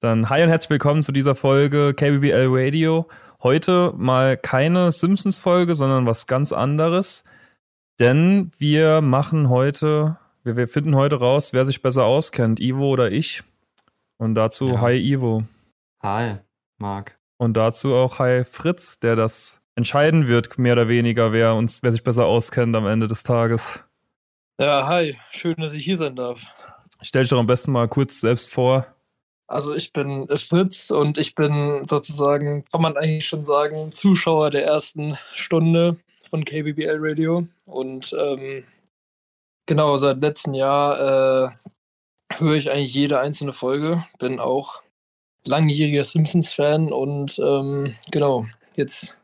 Dann hi und herzlich willkommen zu dieser Folge KBBL Radio. Heute mal keine Simpsons-Folge, sondern was ganz anderes. Denn wir machen heute, wir, wir finden heute raus, wer sich besser auskennt, Ivo oder ich. Und dazu Ja. hi Ivo. Hi, Marc. Und dazu auch hi Fritz, der das entscheiden wird, mehr oder weniger, wer uns, wer sich besser auskennt am Ende des Tages. Ja, hi. Schön, dass ich hier sein darf. Stell dich doch am besten mal kurz selbst vor. Also ich bin äh, Fritz und ich bin sozusagen, kann man eigentlich schon sagen, Zuschauer der ersten Stunde von KBBL Radio. Und ähm, genau, seit letztem Jahr äh, höre ich eigentlich jede einzelne Folge. Bin auch langjähriger Simpsons-Fan und ähm, genau, jetzt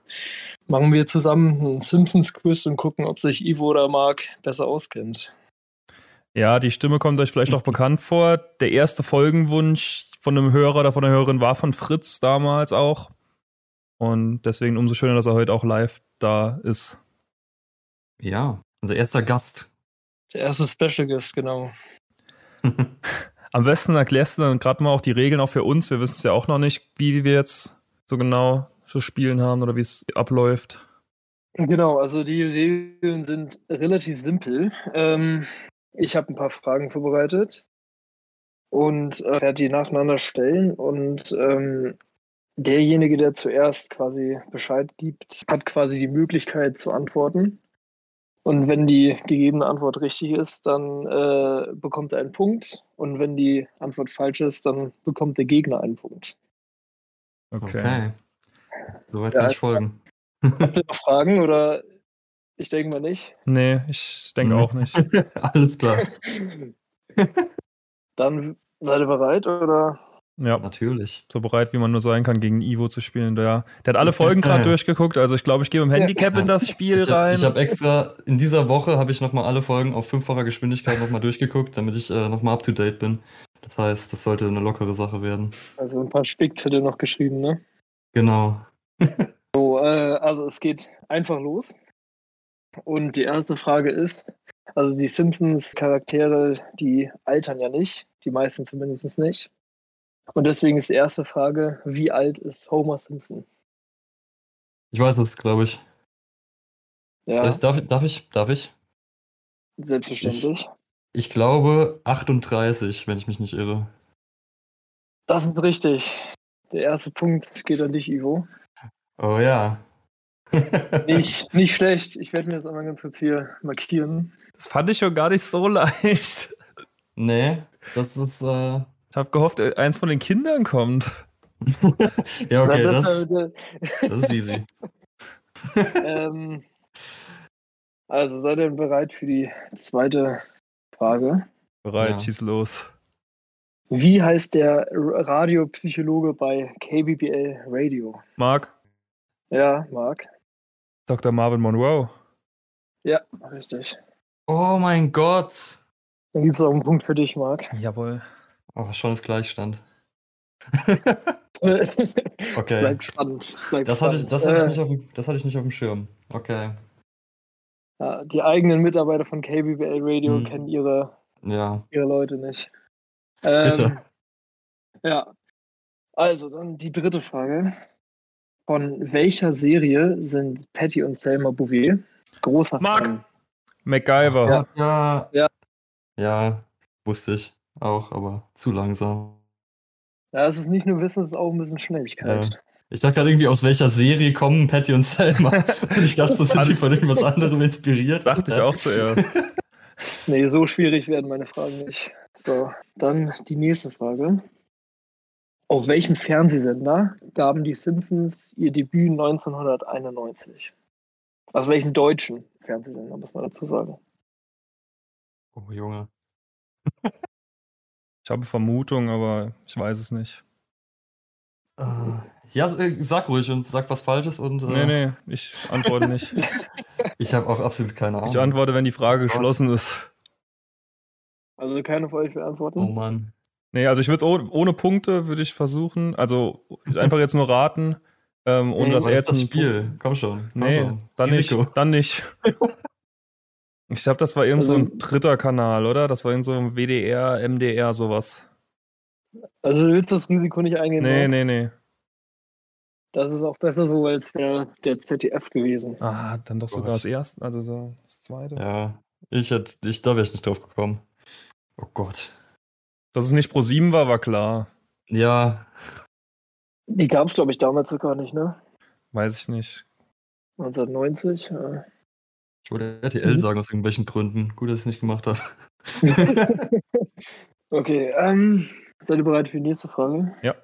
machen wir zusammen einen Simpsons-Quiz und gucken, ob sich Ivo oder Marc besser auskennt. Ja, die Stimme kommt euch vielleicht auch Mhm. bekannt vor. Der erste Folgenwunsch von einem Hörer oder von einer Hörerin war von Fritz damals auch. Und deswegen umso schöner, dass er heute auch live da ist. Ja, unser erster Gast. Der erste Special Guest, genau. Am besten erklärst du dann gerade mal auch die Regeln auch für uns. Wir wissen es ja auch noch nicht, wie wir jetzt so genau zu spielen haben oder wie es abläuft. Genau, also die Regeln sind relativ simpel. Ähm, ich habe ein paar Fragen vorbereitet und äh, werde die nacheinander stellen. Und ähm, derjenige, der zuerst quasi Bescheid gibt, hat quasi die Möglichkeit zu antworten. Und wenn die gegebene Antwort richtig ist, dann äh, bekommt er einen Punkt. Und wenn die Antwort falsch ist, dann bekommt der Gegner einen Punkt. Okay. Okay. Soweit Ja, kann ich- ich folgen. Habt ihr noch Fragen oder ich denke mal nicht? Nee, ich denke auch nicht. Alles klar. Dann seid ihr bereit oder? Ja. Natürlich. so bereit, wie man nur sein kann, gegen Ivo zu spielen. Der, der hat alle Folgen gerade durchgeguckt, also ich glaube, ich gehe mit dem Handicap in das Spiel Ich habe rein. hab extra, in dieser Woche habe ich nochmal alle Folgen auf fünffacher Geschwindigkeit nochmal durchgeguckt, damit ich äh, nochmal up to date bin. Das heißt, das sollte eine lockere Sache werden. Also ein paar Spickzettel noch geschrieben, ne? Genau. So, äh, also es geht einfach los. Und die erste Frage ist, also die Simpsons-Charaktere, die altern ja nicht, die meisten zumindest nicht. Und deswegen ist die erste Frage, wie alt ist Homer Simpson? Ich weiß es, glaube ich. Ja, Darf, ich- darf ich? Darf ich? selbstverständlich. Ich glaube 38, wenn ich mich nicht irre. Das ist richtig. Der erste Punkt geht an dich, Ivo. Oh ja. Nicht, nicht schlecht. Ich werde mir das einmal ganz kurz hier markieren. Das fand ich schon gar nicht so leicht. Nee, das ist. Äh, Ich habe gehofft, eins von den Kindern kommt. ja, okay, Na, das äh, das, war wieder- das ist easy. ähm, also seid ihr bereit für die zweite Frage? Bereit, Ja. schieß los. Wie heißt der R- Radiopsychologe bei KBBL Radio? Marc, Ja, Marc. Dr. Marvin Monroe. Ja, richtig. Oh mein Gott. Dann gibt es auch einen Punkt für dich, Marc. Jawohl. Oh, schon ist Gleichstand. Es Okay. bleibt spannend. es Bleibt Das hatte, spannend. ich, das, hatte ich Äh, nicht auf dem, das hatte ich nicht auf dem Schirm. Okay. ja, die eigenen Mitarbeiter von KBBL Radio Hm. kennen ihre, Ja. ihre Leute nicht. Ähm, Bitte. Ja. Also, dann die dritte Frage. Von welcher Serie sind Patty und Selma Bouvier? Großer Marc! Fan. MacGyver. Ja. ja. Ja. Ja, wusste ich auch, aber zu langsam. Ja, es ist nicht nur Wissen, es ist auch ein bisschen Schnelligkeit. Ich dachte gerade irgendwie, aus welcher Serie kommen Patty und Selma? Und ich dachte, das sind die von irgendwas anderem inspiriert. Dachte ich auch zuerst. Nee, so schwierig werden meine Fragen nicht. So, dann die nächste Frage. Auf welchem Fernsehsender gaben die Simpsons ihr Debüt 1991? Aus welchem deutschen Fernsehsender, muss man dazu sagen? Oh Junge. Ich habe Vermutung, aber ich weiß es nicht. Äh, Ja, äh, sag ruhig und sag was Falsches und Nee, äh, nee, ich antworte nicht. ich habe auch absolut keine Ich Ahnung. antworte, wenn die Frage geschlossen ist. Also keine von euch will antworten. Oh Mann. Nee, also ich würde es ohne, ohne Punkte würde ich versuchen. Also einfach jetzt nur raten, ähm, ohne Nee, dass Was er ist jetzt das einen Spiel? Komm schon. Komm Nee, schon. dann Risiko. nicht. Dann nicht. Ich glaube, Also das war irgend so ein dritter Kanal, oder? Das war irgend so ein WDR, MDR, sowas. Also du willst das Risiko nicht eingehen. Nee, oder? nee, nee. Das ist auch besser so als der, der ZDF gewesen. Ah, dann doch sogar Gott. das erste, also so das zweite. Ja, ich hätte, ich, da wäre ich nicht drauf gekommen. Oh Gott. Dass es nicht Pro 7 war, war klar. Ja, Die gab es, glaube ich, damals sogar nicht, ne? Weiß ich nicht. 1990. Ja. ich wollte RTL Mhm. sagen aus irgendwelchen Gründen. Gut, dass ich es nicht gemacht habe. Okay, ähm, seid ihr bereit für die nächste Frage? Ja.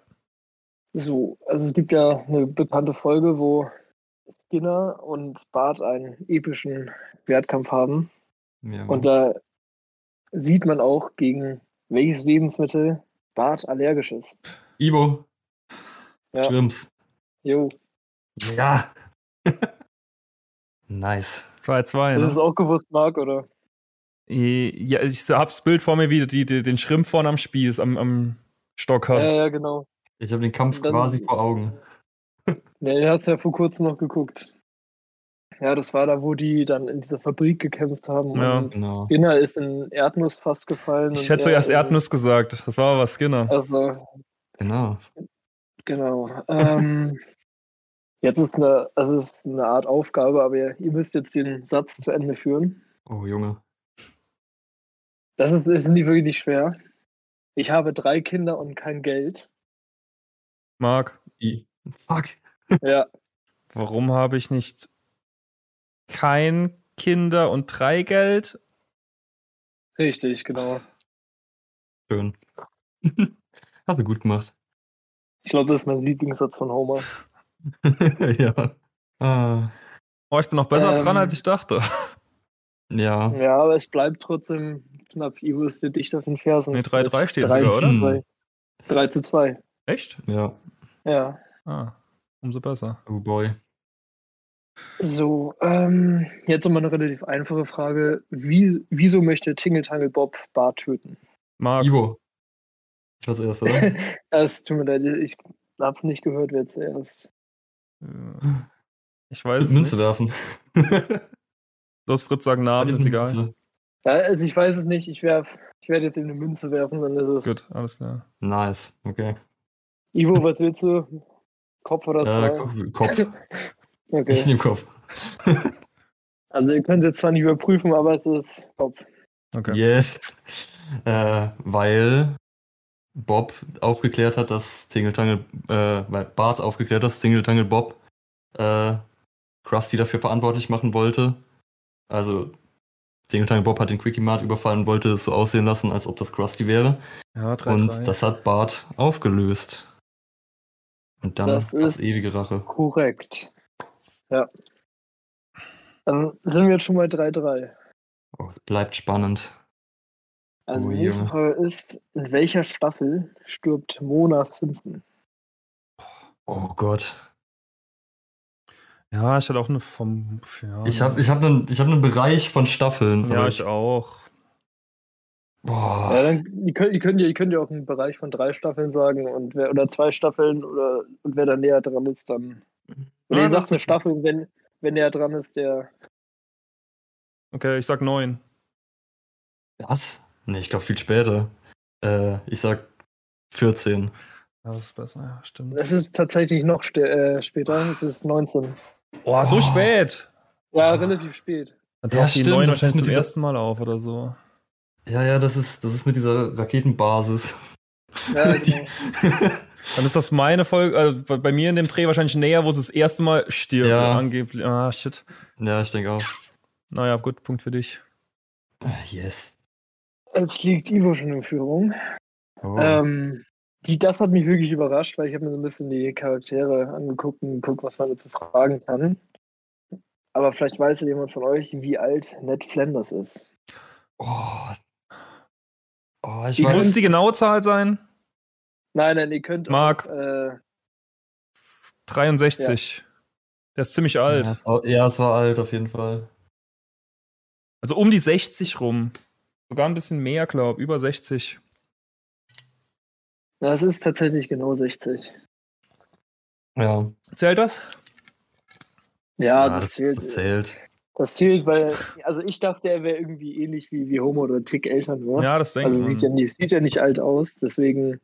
So, also es gibt ja eine bekannte Folge, wo Skinner und Bart einen epischen Wertkampf haben. Mhm. Ja, Und da sieht man auch, gegen welches Lebensmittel Bart allergisch ist. Ibo. Ja. Schrimps. Jo, Ja. nice. 2-2, hast du das ne? auch gewusst, Marc, oder? Ja, ich hab's Bild vor mir, wie die, die, den Schrimp vorne am Spieß, am, am Stock hat. Ja, ja, genau. Ich habe den Kampf Dann- quasi vor Augen. Ja, ihr habt ja vor kurzem noch geguckt. Ja, das war da, wo die dann in dieser Fabrik gekämpft haben. Ja. Und Genau. Skinner ist in Erdnuss fast gefallen. ich und hätte er zuerst in- Erdnuss gesagt. Das war aber Skinner. Also, Genau. Genau. Ähm, jetzt ist eine, also es ist eine Art Aufgabe, aber ihr, ihr müsst jetzt den Satz zu Ende führen. Oh, Junge. Das ist, ist nicht wirklich schwer. Ich habe drei Kinder und kein Geld. Marc, I. Fuck. Ja, warum habe ich nicht kein Kinder und drei Geld? richtig, genau. Schön. Hast du gut gemacht. Ich glaube, das ist mein Lieblingssatz von Homer. ja. Ah, Oh, ich bin noch besser Ähm. dran, als ich dachte. ja. Ja, aber es bleibt trotzdem knapp. Ivo ist dir dicht auf den Fersen. Nee, 3-3 steht's Drei sogar, zu oder? zwei. 3 zu 2. Echt? Ja. Ja. Ah, umso besser. Oh boy. So, ähm, jetzt nochmal eine relativ einfache Frage. Wie, wieso möchte Tingle Tangle Bob Bart töten? Marc, Ivo. Ich war zuerst, oder? Es tut mir leid, ich hab's nicht gehört, wer zuerst. äh, ich weiß es Münze nicht. werfen. Los, Fritz, sag Namen, ist egal. Münze. Ja, also ich weiß es nicht, ich werf, ich werde jetzt eben eine Münze werfen, dann ist es. Gut, alles klar. Nice. Okay. Ivo, was willst du? Kopf oder Äh, zwei? Ko- Kopf. Ich okay. nehme Kopf. Also ihr könnt jetzt zwar nicht überprüfen, aber es ist Kopf. Okay. Yes. Äh, weil Bob aufgeklärt hat, dass Tingle äh, weil Bart aufgeklärt hat, dass Tingle Tangle Bob äh, Krusty dafür verantwortlich machen wollte. Also Tingle Tangle Bob hat den Quickie Mart überfallen und wollte es so aussehen lassen, als ob das Krusty wäre. Ja, 3-3. und das hat Bart aufgelöst. Und dann Das gab's ist- ewige Rache. Korrekt. Ja. Dann sind wir jetzt schon mal 3-3. Oh, es bleibt spannend. Also Oh, die nächste Junge. Frage ist, in welcher Staffel stirbt Mona Simpson? Oh Gott. Ja, ich hatte auch eine vom. Ja, Ich habe ich hab einen, ich hab einen Bereich von Staffeln. Oh Ja, aber ich auch. Boah. Ja, dann, ihr, könnt, ihr, könnt ja, ihr könnt ja auch einen Bereich von drei Staffeln sagen und wer, oder zwei Staffeln oder und wer da näher dran ist, dann. Mhm. Ja, Oder ihr das sagt ist eine okay. Staffel und wenn, wenn näher dran ist, der. Okay, ich sag 9. Was? Nee, ich glaube viel später. Äh, ich sag 14. Ja, das ist besser, ja, stimmt. Es ist tatsächlich noch ste- äh, später, es ist 19. Oh, so Oh. spät! Ja, Ah. relativ spät. Dann Ja, taucht die stimmt, 9 das ist wahrscheinlich mit zum dieser- ersten Mal auf oder so. Ja, ja, das ist, das ist mit dieser Raketenbasis. Ja, Die- genau. Dann ist das meine Folge, äh, bei- bei mir in dem Dreh wahrscheinlich näher, wo es das erste Mal stirbt. Ja. Angeblich. Ah, shit. ja, ich denke auch. Naja, gut, Punkt für dich. Ah, Yes. Jetzt liegt Ivo schon in Führung. Oh. Ähm, die, das hat mich wirklich überrascht, weil ich habe mir so ein bisschen die Charaktere angeguckt und geguckt, was man dazu fragen kann. Aber vielleicht weiß ja jemand von euch, wie alt Ned Flanders ist. oh. oh, ich Die weiß. Muss die genaue Zahl sein? Nein, nein, ihr könnt Marc. auch. Äh, 63. Der ist ziemlich alt. Ja, es war, ja, es war alt auf jeden Fall. Also um die 60 rum. Sogar ein bisschen mehr, glaube ich. Über 60. das ist tatsächlich genau 60. Ja, Zählt das? Ja, Ja, Ah, das, zählt. Das zählt. Das zählt, weil, also ich dachte, er wäre irgendwie ähnlich wie, wie Homo oder Tick Eltern, oder? Ja, das denke also ich. sieht ja, nicht, sieht ja nicht alt aus, deswegen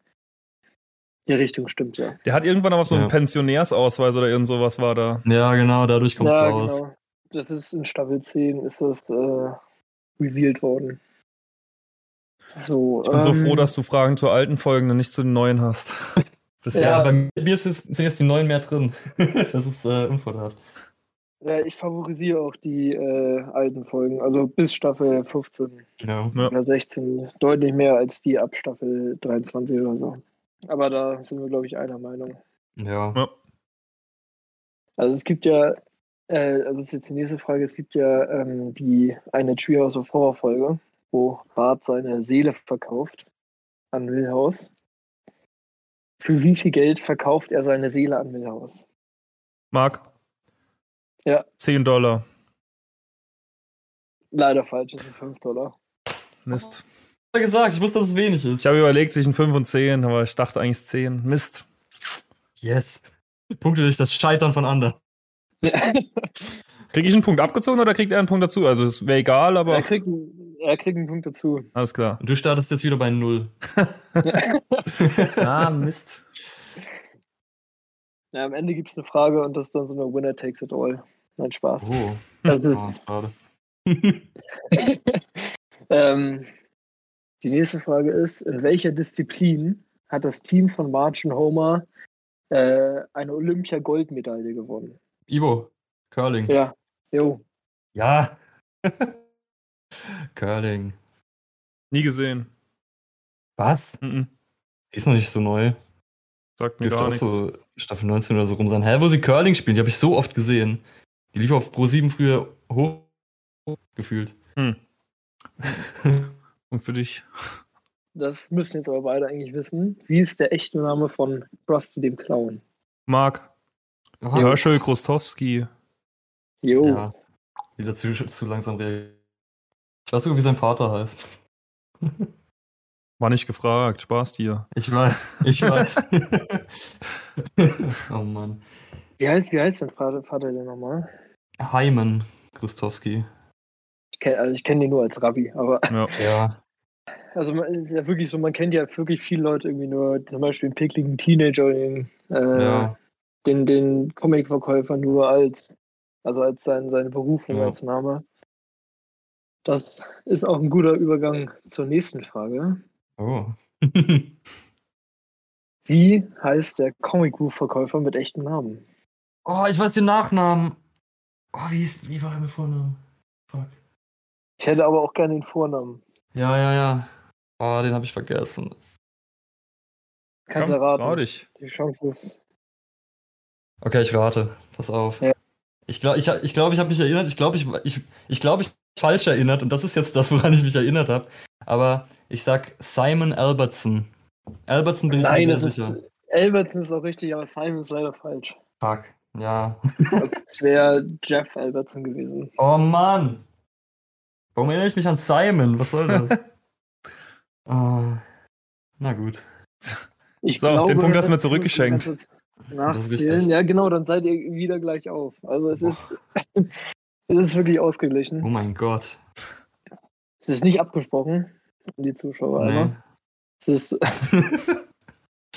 Die Richtung stimmt, ja. Der hat irgendwann noch was so einen Ja. Pensionärsausweis oder irgend sowas war da. Ja, genau, dadurch kommst ja, du raus. genau. Das ist in Staffel 10 ist das äh, revealed worden. So, Ich bin so ähm, froh, dass du Fragen zur alten Folgen und nicht zu den neuen hast. Bisher, Ja. bei mir ist jetzt, sind jetzt die neuen mehr drin. das ist äh, unvorteilhaft. Ja, ich favorisiere auch die äh, alten Folgen, also bis Staffel 15 Ja. Ja. oder 16 deutlich mehr als die ab Staffel 23 oder so. Aber da sind wir, glaube ich, einer Meinung. ja. Also es gibt ja, äh, also das ist jetzt die nächste Frage, es gibt ja ähm, die eine Treehouse of Horror Folge, wo Bart seine Seele verkauft an Milhouse. Für wie viel Geld verkauft er seine Seele an Milhouse? Marc? Ja. 10 Dollar. Leider falsch, das sind 5 Dollar. Mist. Ich hab gesagt, ich wusste, dass es wenig ist. Ich habe überlegt zwischen 5 und 10, aber ich dachte eigentlich 10. Mist. yes. Punkte durch das Scheitern von anderen. Kriege ich einen Punkt abgezogen oder kriegt er einen Punkt dazu? Also es wäre egal, er, aber kriegt, einen- er kriegt einen Punkt dazu. alles klar. Und du startest jetzt wieder bei Null. Ah, Mist. Ja, am Ende gibt es eine Frage und das ist dann so eine Winner takes it all. Nein, Spaß. Oh, Das ist, oh schade. ähm, die nächste Frage ist: In welcher Disziplin hat das Team von Marge und Homer äh, eine Olympia-Goldmedaille gewonnen? Ivo, Curling. Ja, jo. Ja. Curling. Nie gesehen. Was? Mhm. Die ist noch nicht so neu. Sagt mir Dürfte gar auch nichts. so Staffel 19 oder so rum sein. Hä, wo sie Curling spielen? Die habe ich so oft gesehen. Die lief auf Pro 7 früher hoch gefühlt. Und für dich. Das müssen jetzt aber beide eigentlich wissen. Wie ist der echte Name von Krusty dem Clown? Marc. Aha. Oh. Herschel Krostowski. Jo. Ja. Wieder zu, zu langsam reagiert. Ich weiß sogar, wie sein Vater heißt. War nicht gefragt. Spaß dir. Ich weiß, ich weiß. oh Mann. Wie heißt, wie heißt dein Vater, Vater denn nochmal? Heimen Christowski. Ich kenne also ich kenn den nur als Rabbi, aber Ja. Ja. Also man es ist ja wirklich so, man kennt ja wirklich viele Leute irgendwie nur, zum Beispiel den pickligen Teenager, oder den, äh, ja. den, den Comic-Verkäufer nur als, also als sein, seine Berufung, Ja. als Name. Das ist auch ein guter Übergang zur nächsten Frage. Oh. Wie heißt der Comic-Buch-Verkäufer mit echtem Namen? oh, ich weiß den Nachnamen. Oh, wie, ist, wie war er mit Vornamen? Fuck. Ich hätte aber auch gerne den Vornamen. Ja, ja, ja. Oh, den habe ich vergessen. Kannst Komm, erraten. trau dich. Die Chance ist. Okay, ich rate. Pass auf. Ja. Ich glaube, ich, ich, glaub, ich habe mich erinnert. Ich glaube, ich, ich, ich, glaub, ich hab mich falsch erinnert. Und das ist jetzt das, woran ich mich erinnert habe. Aber ich sag Simon Albertson. Albertson bin ich Nein, mir das sehr ist. sicher. Albertson ist auch richtig, aber Simon ist leider falsch. Fuck. Ja. Das wäre Jeff Albertson gewesen. Oh Mann. Warum erinnere ich mich an Simon? Was soll das? oh. Na gut. Ich So, den Punkt hast du mir zurückgeschenkt. ich muss die ganze Zeit Das ist Nachzählen. richtig. Ja, genau, dann seid ihr wieder gleich auf. Also es Boah. ist, es ist wirklich Oh ausgeglichen. mein Gott. Es ist nicht abgesprochen, an die Zuschauer, ne? Nee. aber es ist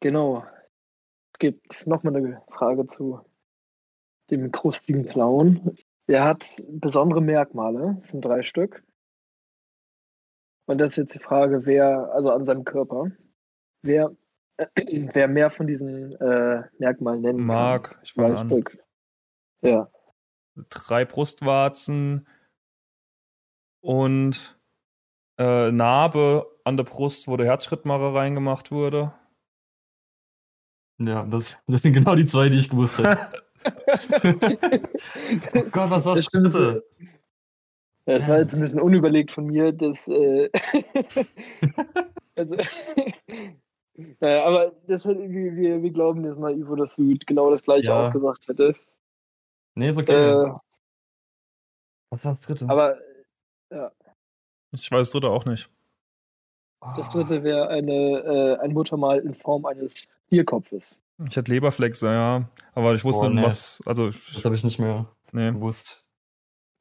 genau. Es gibt nochmal eine Frage zu dem krustigen Clown. Der hat besondere Merkmale, es sind drei Stück. Und das ist jetzt die Frage, wer, also an seinem Körper, wer, wer mehr von diesen äh, Merkmalen nennen kann. Marc, ich Drei fange an. Stück. Ja. drei Brustwarzen und äh, Narbe an der Brust, wo der Herzschrittmacher reingemacht wurde. Ja, das, das sind genau die zwei, die ich gewusst hätte. oh Gott, was Das war's? stimmt, Ja, Es war Ja. jetzt ein bisschen unüberlegt von mir, dass. Äh, also, naja, aber das hat, wir, wir, wir glauben jetzt mal, Ivo, dass du genau das gleiche Ja. Genau. auch gesagt hätte. Nee, ist okay. Äh, was war das dritte? aber Ich weiß das dritte auch nicht. Oh. das dritte wäre eine, äh, ein Muttermal in Form eines Bierkopfes. Ich hatte Leberflex, ja, aber ich wusste Boah, nee. was. Also, ich- Das habe ich nicht mehr nee. gewusst.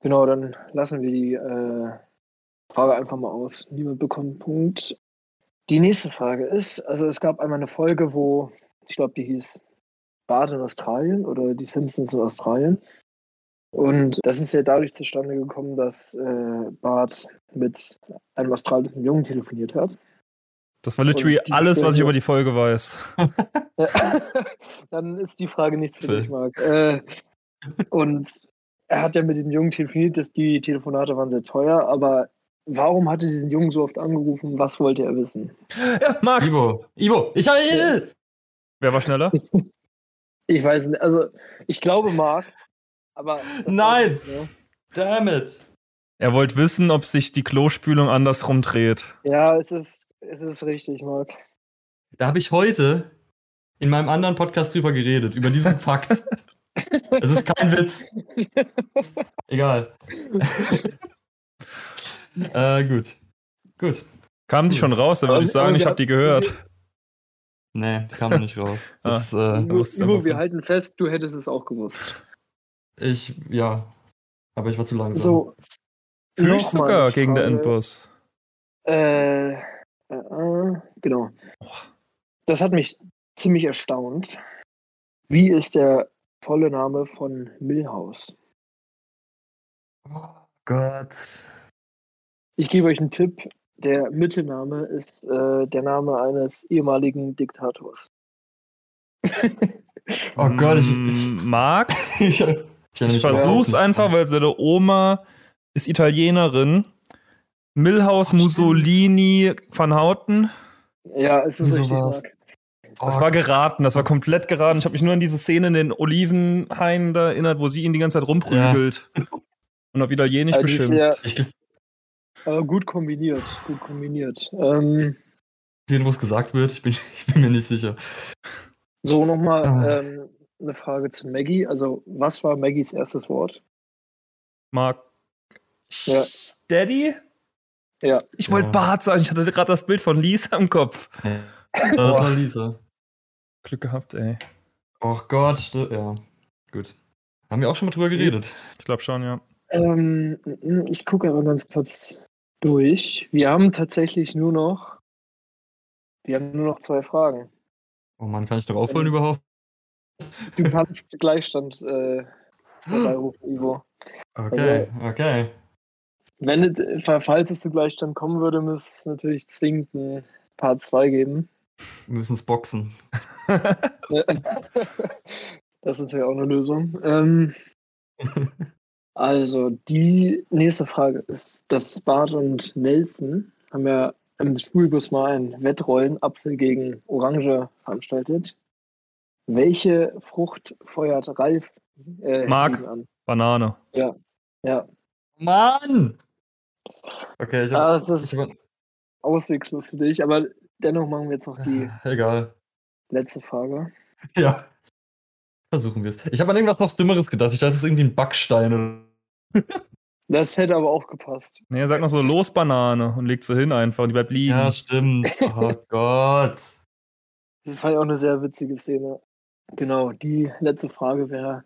Genau, dann lassen wir die äh, Frage einfach mal aus. Niemand bekommt einen Punkt. Die nächste Frage ist, also es gab einmal eine Folge, wo, ich glaube, die hieß Bart in Australien oder die Simpsons in Australien. Und das ist ja dadurch zustande gekommen, dass äh, Bart mit einem australischen Jungen telefoniert hat. Das war literally Und die alles, was ich Folge- über die Folge weiß. Dann ist die Frage nichts für Phil. dich, Marc. Äh, und er hat ja mit dem Jungen telefoniert, dass die Telefonate waren sehr teuer, aber warum hat er diesen Jungen so oft angerufen? Was wollte er wissen? Ja, Marc! Ivo, Ivo, ich habe. Wer war schneller? Ich weiß nicht, also ich glaube Marc, aber. das weiß Nein! ich ne? nicht, Damn it. Er wollte wissen, ob sich die Klospülung andersrum dreht. ne? Ja, es ist, es ist richtig, Marc. Da habe ich heute in meinem anderen Podcast drüber geredet, über diesen Fakt. Es ist kein Witz. Egal. äh, gut. Gut. Kamen die schon Hm. raus? Dann würde Aber- Also, ich sagen, aber ich wir- habe die gehört. Nee, die kam noch nicht raus. Ah. Das, äh, Da musst du Ivo, einfach wir so- halten fest, du hättest es auch gewusst. ich, ja. Aber ich war zu langsam. So. Fühle ich nochmal sogar eine gegen den Frage. Endboss. Äh, äh, äh, genau. Das hat mich ziemlich erstaunt. Wie ist der volle Name von Milhouse? Oh Gott. Ich gebe euch einen Tipp. Der Mittelname ist äh, der Name eines ehemaligen Diktators. Oh Gott, ich, ich, Mm, Marc, ich, ich, ich versuch's Oh einfach, weil seine Oma ist Italienerin. Milhouse, stimmt. Mussolini, Van Houten. Ja, es ist Wieso richtig. war's? Marc. Oh, Das war geraten, das war komplett geraten. Ich habe mich nur an diese Szene in den Olivenhainen da erinnert, wo sie ihn die ganze Zeit rumprügelt. Und auf Italienisch Äh, die ist beschimpft. Ich Aber gut kombiniert, gut kombiniert. Ähm, gesehen, wo es gesagt wird. Ich bin, ich bin mir nicht sicher. so nochmal Ah. ähm, eine Frage zu Maggie. Also, was war Maggies erstes Wort? Marc. Ja. Daddy? Ja. Ich wollte Ja. Bart sagen, ich hatte gerade das Bild von Lisa im Kopf. Das war Lisa. Glück gehabt, ey. Oh Gott, sti- ja. Gut. Haben wir auch schon mal drüber geredet. Ich glaube schon, ja. Ähm, ich gucke aber ganz kurz durch. Wir haben tatsächlich nur noch. Wir haben nur noch zwei Fragen. Oh Mann, kann ich noch aufholen Ähm, überhaupt? Du kannst Gleichstand äh, herbeirufen, Ivo. Okay, okay. Wenn, es- äh, falls es zu Gleichstand kommen würde, müsste es natürlich zwingend ein Part 2 geben. Wir müssen es boxen. Das ist natürlich auch eine Lösung. Ähm, also, die nächste Frage ist, dass Bart und Nelson haben ja im Schulbus mal ein Wettrollen Apfel gegen Orange veranstaltet. Welche Frucht feuert Ralf äh, Mark. Hingegen an? Banane. Ja, Mann! Okay, ich hab, ah, das ist ich hab, auswegslos für dich, aber dennoch machen wir jetzt noch die Ah, Egal. letzte Frage. Ja. Versuchen wir es. Ich habe an irgendwas noch Dümmeres gedacht. Ich dachte, es ist irgendwie ein Backstein oder. Das hätte aber auch gepasst. Nee, er sagt noch so, los Banane und legt sie hin einfach und die bleibt liegen. Ja, stimmt. Oh Gott. Das fand ich auch eine sehr witzige Szene. Genau, die letzte Frage wäre,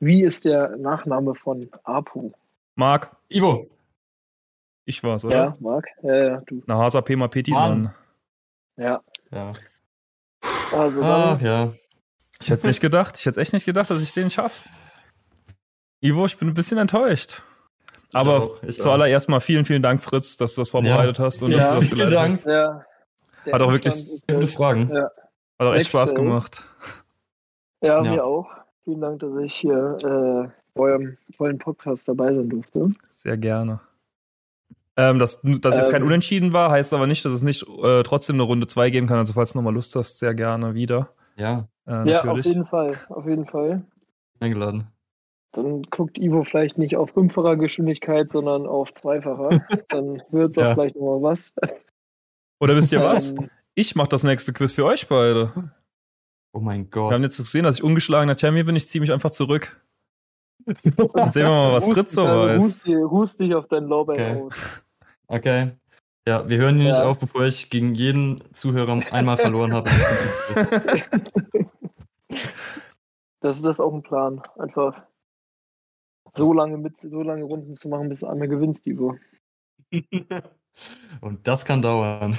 wie ist der Nachname von Apu? Marc, Ivo, ich war's, oder? Ja, Marc? Ja, ja, du. Na, Hasa Pema Petit, Mann. Mann. Ja. Ja. Also Ach Ah, dann, ja. Ich hätte nicht gedacht, ich hätte echt nicht gedacht, dass ich den schaffe. Ivo, ich bin ein bisschen enttäuscht. Aber auch, ich auch. zuallererst mal vielen, vielen Dank, Fritz, dass du das vorbereitet hast und Ja, dass du das vielen geleitet Dank. hast. ja, der Hat auch wirklich Abstand ist Gute jetzt- Fragen. Ja, Hat auch echt Next Spaß Show. gemacht. ja, Ja. mir auch. Vielen Dank, dass ich hier äh, bei eurem tollen Podcast dabei sein durfte. Sehr gerne. Ähm, dass, dass jetzt kein Ähm. Unentschieden war, heißt aber nicht, dass es nicht äh, trotzdem eine Runde 2 geben kann. Also falls du nochmal Lust hast, sehr gerne wieder. Ja, Äh, ja, auf natürlich. jeden Fall, auf jeden Fall. eingeladen. Dann guckt Ivo vielleicht nicht auf fünffacher Geschwindigkeit, sondern auf zweifacher. Dann wird es auch Ja. vielleicht nochmal was. Oder wisst ihr was? Ähm, Ich mache das nächste Quiz für euch beide. Oh mein Wir haben Gott. jetzt gesehen, dass ich ungeschlagener Champion bin. Ich ziehe mich einfach zurück. Dann sehen wir mal, was Hust- Fritz so also weiß. Hust, dich- hust dich auf deinen Lorbeer Okay. aus. Okay. Ja, wir hören hier Ja. nicht auf, bevor ich gegen jeden Zuhörer einmal verloren habe. Das ist das ist auch ein Plan. Einfach so lange mit so lange Runden zu machen, bis einer gewinnt, Ivo. Und das kann dauern.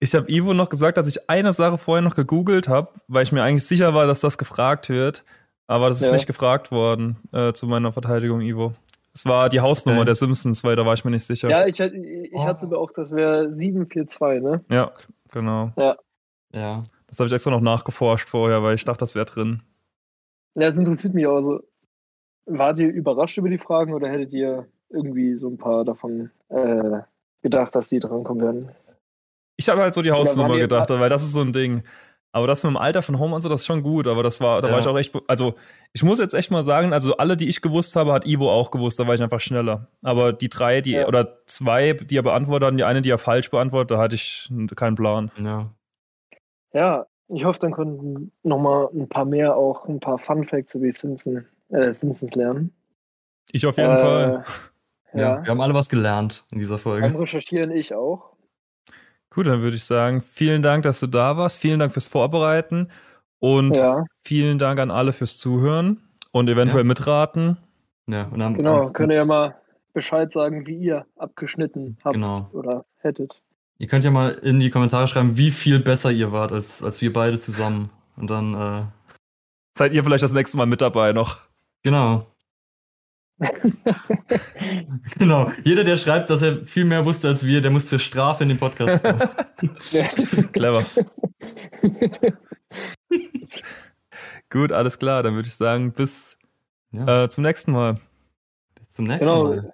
Ich habe Ivo noch gesagt, dass ich eine Sache vorher noch gegoogelt habe, weil ich mir eigentlich sicher war, dass das gefragt wird. Aber das ist Ja. nicht gefragt worden äh, zu meiner Verteidigung, Ivo. Es war die Hausnummer Okay. der Simpsons, weil da war ich mir nicht sicher. Ja, Ja, ich, hatte- ich Oh. hatte mir auch, das wäre 742, ne? genau. Ja. Das habe ich extra noch nachgeforscht vorher, weil ich dachte, das wäre drin. Ja, das interessiert mich auch. Also, wart ihr überrascht über die Fragen oder hättet ihr irgendwie so ein paar davon äh, gedacht, dass die drankommen werden? Ich habe halt so die waren Hausnummer die- gedacht, weil das ist so ein Ding. Aber das mit dem Alter von Homer und so, das ist schon gut. Aber das war, da war Ja. ich auch echt. be- Also, ich muss jetzt echt mal sagen, also alle, die ich gewusst habe, hat Ivo auch gewusst, da war ich einfach schneller. Aber die drei, die, Ja. oder zwei, die er beantwortet hat, und die eine, die er falsch beantwortet, da hatte ich keinen Plan. Ja. Ja, ich hoffe, dann konnten nochmal ein paar mehr auch ein paar Fun Facts über die Simpsons, äh, Simpsons lernen. Ich auf jeden äh, Fall. Ja, ja. Wir haben alle was gelernt in dieser beim Folge. Recherchieren ich auch. Gut, dann würde ich sagen, vielen Dank, dass du da warst. Vielen Dank fürs Vorbereiten. Und ja, vielen Dank an alle fürs Zuhören und eventuell Ja. mitraten. Ja, und haben, genau. haben- Könnt ihr ja mal Bescheid sagen, wie ihr abgeschnitten habt Genau. oder hättet. Ihr könnt ja mal in die Kommentare schreiben, wie viel besser ihr wart als, als wir beide zusammen. Und dann, äh, Seid ihr vielleicht das nächste Mal mit dabei noch? genau. genau. Jeder, der schreibt, dass er viel mehr wusste als wir, der muss zur Strafe in den Podcast kommen. Clever. Gut, alles klar. Dann würde ich sagen, bis Ja, äh, zum nächsten Mal. bis zum nächsten genau. Mal.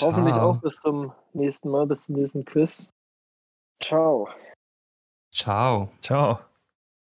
Hoffentlich Ciao. auch bis zum nächsten Mal, bis zum nächsten Quiz. Ciao. Ciao. Ciao.